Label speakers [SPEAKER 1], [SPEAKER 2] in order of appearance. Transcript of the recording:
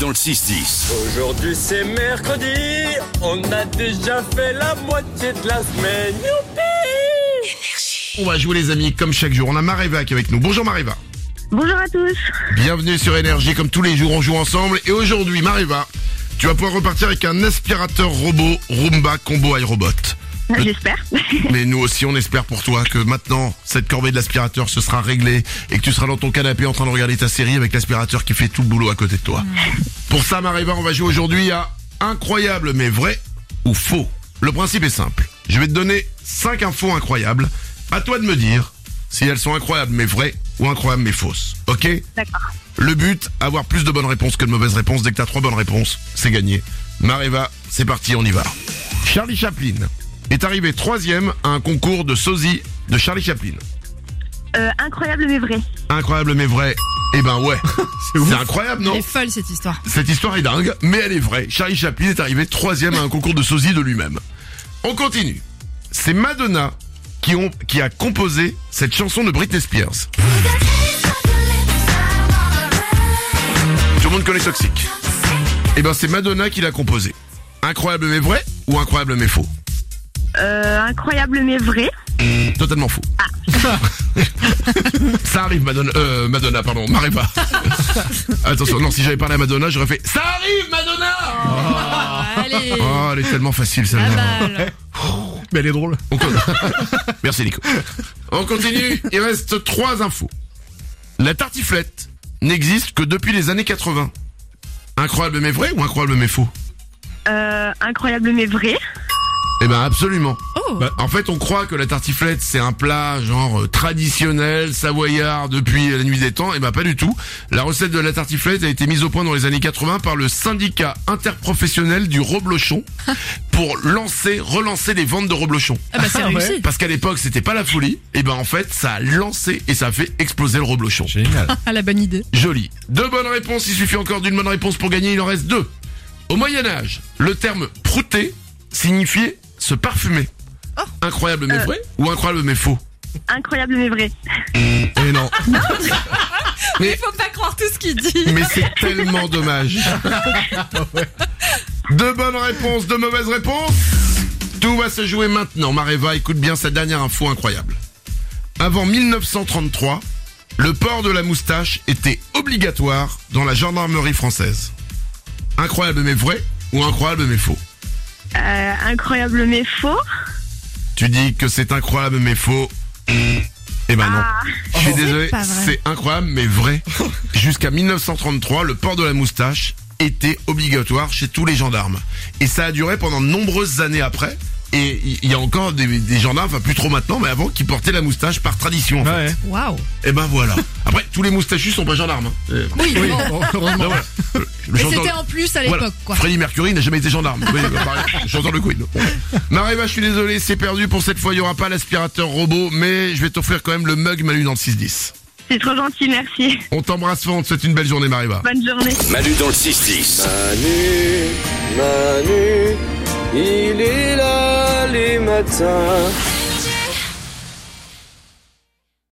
[SPEAKER 1] dans le 6-10.
[SPEAKER 2] Aujourd'hui c'est mercredi, on a déjà fait la moitié de la semaine. Youpi
[SPEAKER 3] On va jouer les amis comme chaque jour. On a Mareva qui est avec nous. Bonjour Mareva.
[SPEAKER 4] Bonjour à tous.
[SPEAKER 3] Bienvenue sur Énergie comme tous les jours on joue ensemble. Et aujourd'hui Mareva, tu vas pouvoir repartir avec un aspirateur robot Roomba Combo iRobot. Le-
[SPEAKER 4] J'espère.
[SPEAKER 3] Mais nous aussi on espère pour toi que maintenant cette corvée de l'aspirateur se sera réglée et que tu seras dans ton canapé en train de regarder ta série avec l'aspirateur qui fait tout le boulot à côté de toi. Pour ça Mareva, on va jouer aujourd'hui à incroyable mais vrai ou faux. Le principe est simple. Je vais te donner 5 infos incroyables. À toi de me dire si elles sont incroyables mais vraies ou incroyables mais fausses. OK
[SPEAKER 4] D'accord.
[SPEAKER 3] Le but, avoir plus de bonnes réponses que de mauvaises réponses. Dès que t'as trois bonnes réponses, c'est gagné. Mareva, c'est parti, on y va. Charlie Chaplin est arrivé troisième à un concours de sosie de Charlie Chaplin.
[SPEAKER 4] Euh, incroyable mais vrai.
[SPEAKER 3] Incroyable mais vrai. Eh ben ouais, c'est incroyable non
[SPEAKER 5] Elle est folle cette histoire.
[SPEAKER 3] Cette histoire est dingue, mais elle est vraie. Charlie Chaplin est arrivé troisième à un concours de sosie de lui-même. On continue. C'est Madonna qui, ont, qui a composé cette chanson de Britney Spears. Tout le monde connaît Toxic. Eh ben c'est Madonna qui l'a composé. Incroyable mais vrai ou incroyable mais faux
[SPEAKER 4] Euh, incroyable mais vrai.
[SPEAKER 3] Totalement faux. ça arrive Madonna, euh, Madonna pardon, m'arrête pas. Attention, non si j'avais parlé à Madonna, j'aurais fait ça arrive Madonna.
[SPEAKER 5] Allez,
[SPEAKER 3] Oh, elle est tellement facile
[SPEAKER 5] Ah, pas
[SPEAKER 3] celle-là.
[SPEAKER 5] mal.
[SPEAKER 6] Mais elle est drôle.
[SPEAKER 3] On continue. Merci Nico. On continue, il reste trois infos. La tartiflette n'existe que depuis les années 80. Incroyable mais vrai ou incroyable mais faux
[SPEAKER 4] Euh, incroyable mais vrai.
[SPEAKER 3] Eh ben absolument.
[SPEAKER 5] Oh,
[SPEAKER 3] Bah, en fait, on croit que la tartiflette c'est un plat genre euh, traditionnel savoyard depuis la nuit des temps. Eh ben pas du tout. La recette de la tartiflette a été mise au point dans les années 80 par le syndicat interprofessionnel du reblochon pour lancer, relancer les ventes de reblochon.
[SPEAKER 5] ah bah c'est
[SPEAKER 6] Ah ouais.
[SPEAKER 5] réussi.
[SPEAKER 3] Parce qu'à l'époque, c'était pas la folie. Et ben en fait, ça a lancé et ça a fait exploser le reblochon.
[SPEAKER 6] Génial.
[SPEAKER 5] Ah la bonne idée.
[SPEAKER 3] Joli. Deux bonnes réponses, il suffit encore d'une bonne réponse pour gagner, il en reste deux. Au Moyen Âge, le terme prouter signifiait se parfumer. Incroyable mais vrai ou incroyable mais faux
[SPEAKER 4] Incroyable mais vrai.
[SPEAKER 3] Mais non.
[SPEAKER 5] Il faut pas croire tout ce qu'il dit.
[SPEAKER 3] Mais c'est tellement dommage. Deux bonnes réponses, deux mauvaises réponses. Tout va se jouer maintenant. Mareva, écoute bien sa dernière info incroyable. Avant 1933, le port de la moustache était obligatoire dans la gendarmerie française. Incroyable mais vrai ou incroyable mais faux
[SPEAKER 4] Euh, incroyable mais faux.
[SPEAKER 3] Tu dis que c'est incroyable mais faux. Eh ben non.
[SPEAKER 4] Ah,
[SPEAKER 3] Je suis désolé,
[SPEAKER 5] pas vrai.
[SPEAKER 3] c'est incroyable mais vrai. Jusqu'à 1933, le port de la moustache était obligatoire chez tous les gendarmes. Et ça a duré pendant de nombreuses années après. Et il y a encore des, des gendarmes, enfin plus trop maintenant, mais avant, qui portaient la moustache par tradition. en fait.
[SPEAKER 6] Ouais.
[SPEAKER 5] Waouh.
[SPEAKER 3] Et ben voilà. Après, tous les moustachus sont pas gendarmes. hein. Euh,
[SPEAKER 5] Oui,
[SPEAKER 6] Oui,
[SPEAKER 5] bon.
[SPEAKER 6] heureusement.
[SPEAKER 3] ben voilà. Le- le
[SPEAKER 5] Mais
[SPEAKER 3] chanteur-
[SPEAKER 5] c'était en plus à l'époque
[SPEAKER 3] voilà.
[SPEAKER 5] quoi.
[SPEAKER 3] Freddie Mercury n'a jamais été gendarme. Oui, bah, pareil, J'entends le Queen. Bon. Mareva, je suis désolé, c'est perdu pour cette fois. Il y aura pas l'aspirateur robot, mais je vais t'offrir quand même le mug Malu dans le 6-10.
[SPEAKER 4] c'est trop gentil, merci.
[SPEAKER 3] On t'embrasse fort, on te souhaite une belle journée, Mariva.
[SPEAKER 4] Bonne journée.
[SPEAKER 1] Manu dans le 6-10.
[SPEAKER 2] Manu, Manu, il est là les matins.